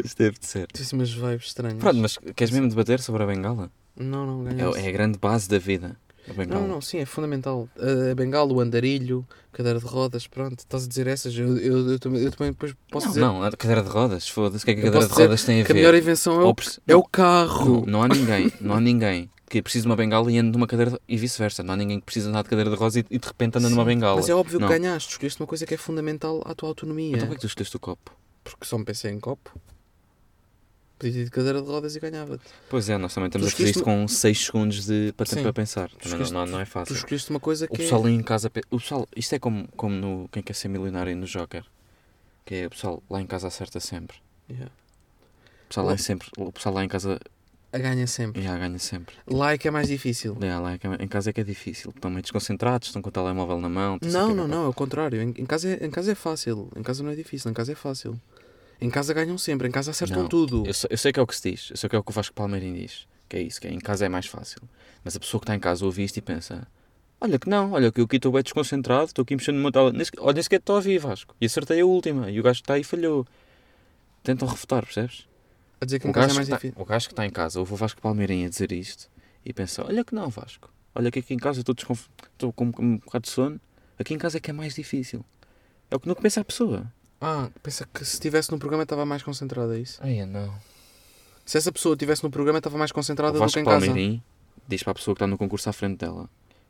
S2: mas teve de ser.
S3: Tive assim umas vibes estranhas.
S2: Pronto, mas queres mesmo debater sobre a bengala?
S3: Não, não,
S2: É,
S3: ganhaste.
S2: é a grande base da vida. A bengala.
S3: Não, não, sim, é fundamental. A, a bengala, o andarilho, cadeira de rodas, pronto, estás a dizer essas. Eu, eu, eu, também- eu também depois posso
S2: não,
S3: dizer
S2: não, a cadeira de rodas, foda-se, o que é que a
S3: Eu
S2: cadeira de
S3: posso dizer
S2: rodas tem a
S3: que a
S2: ver?
S3: melhor invenção é
S2: Ou
S3: o,
S2: pres-
S3: é o
S2: Não,
S3: carro.
S2: não há ninguém, não há ninguém que precise de uma bengala e ande numa cadeira de... e vice-versa. Não há ninguém que precise andar de cadeira de rosa e, e de repente anda numa
S3: Sim,
S2: bengala.
S3: Mas é óbvio
S2: não.
S3: que ganhaste, escolheste uma coisa que é fundamental à tua autonomia.
S2: Então porquê é que tu escolheste o copo?
S3: Porque só me pensei em copo. Podia ter de cadeira de rodas e ganhava-te.
S2: Pois é, nós também estamos
S3: Tu
S2: a fazer isto
S3: escolheste
S2: com 6 segundos de para tempo
S3: Sim.
S2: para pensar. Também não,
S3: escolheste-
S2: não, não é
S3: Tu
S2: fácil.
S3: escolheste uma coisa
S2: O
S3: que
S2: pessoal
S3: é.
S2: ali em casa. pe- O pessoal, isto é como, como no Quem Quer Ser Milionário e no Joker. Que é o pessoal lá em casa acerta sempre.
S3: Yeah.
S2: O pessoal lá,
S3: Lá-
S2: em sempre, o pessoal lá em casa
S3: A ganha sempre.
S2: já ganha sempre.
S3: Lá é que é mais difícil.
S2: É, lá em ca- em casa é que é difícil. Estão meio desconcentrados, estão com o telemóvel na mão. estão
S3: Não,
S2: sempre a
S3: não, não, é o contrário. Em, em casa é, em casa é fácil. Em casa não é difícil, em casa é fácil. Em casa ganham sempre, em casa acertam
S2: Não,
S3: tudo.
S2: Eu, sei- eu sei que é o que se diz, eu sei que é o que o Vasco Palmeirim diz, que é isso, que é, em casa é mais fácil. Mas a pessoa que está em casa ouve isto e pensa: olha que não, olha que eu aqui estou bem desconcentrado, estou aqui mexendo no meu tele- nem sequer- olha, nem sequer estou a ouvir Vasco. E acertei a última, e o gajo que está aí falhou. Tentam refutar, percebes?
S3: A dizer que
S2: O
S3: em casa é
S2: gajo,
S3: mais
S2: que
S3: difícil.
S2: está, o gajo que está em casa ouve o Vasco Palmeirim a dizer isto e pensa: olha que não, Vasco, olha que aqui em casa eu estou, desconf... estou com com um bocado de sono, aqui em casa é que é mais difícil. É o que não pensa a pessoa.
S3: Ah, pensa que se estivesse no programa estava mais concentrada, é isso?
S2: Ai, eu não.
S3: Se essa pessoa estivesse no programa estava mais
S2: O
S3: concentrada do que
S2: Vasco
S3: em casa.
S2: Palmeirim diz para a pessoa que está no concurso à frente dela.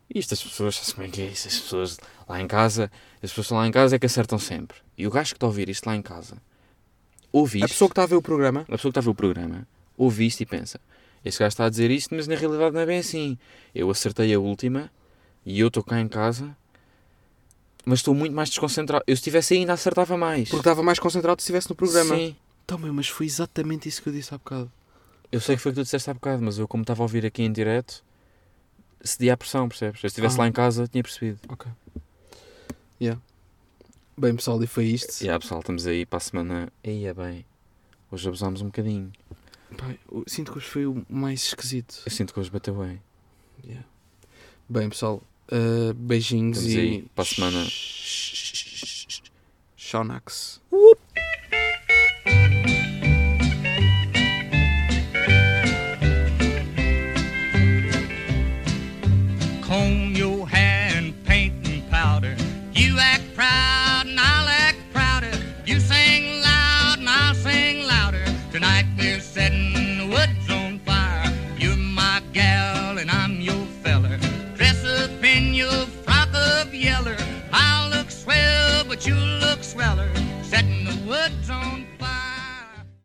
S2: E estas pessoas, sabe como é que é isso? As pessoas lá em casa, as pessoas lá em casa é que acertam sempre. E o gajo que está a ouvir isto lá em casa, ouve isto,
S3: A pessoa que está a ver o programa,
S2: está a ver o programa, ouve isto e pensa, este gajo está a dizer isto, mas na realidade não é bem assim. Eu acertei a última e eu estou cá em casa, mas estou muito mais desconcentrado. Eu se estivesse aí ainda acertava mais.
S3: porque estava mais concentrado se estivesse no programa.
S2: Sim.
S3: Então, meu, mas foi exatamente isso que eu disse há bocado.
S2: Eu sei que foi o que tu disseste há bocado, mas eu como estava a ouvir aqui em direto, cedi à pressão, percebes? Se eu estivesse
S3: Ah.
S2: lá em casa, tinha percebido.
S3: Ok. Yeah. Bem, pessoal, e foi isto.
S2: E ah, pessoal, estamos aí para a semana. Aí é bem. Hoje abusámos um bocadinho.
S3: Pá, eu sinto que hoje foi o mais esquisito.
S2: Eu sinto que hoje bateu bem.
S3: Yeah. Bem, pessoal, uh, beijinhos
S2: Estamos
S3: e.
S2: aí para a semana.
S3: Shonax.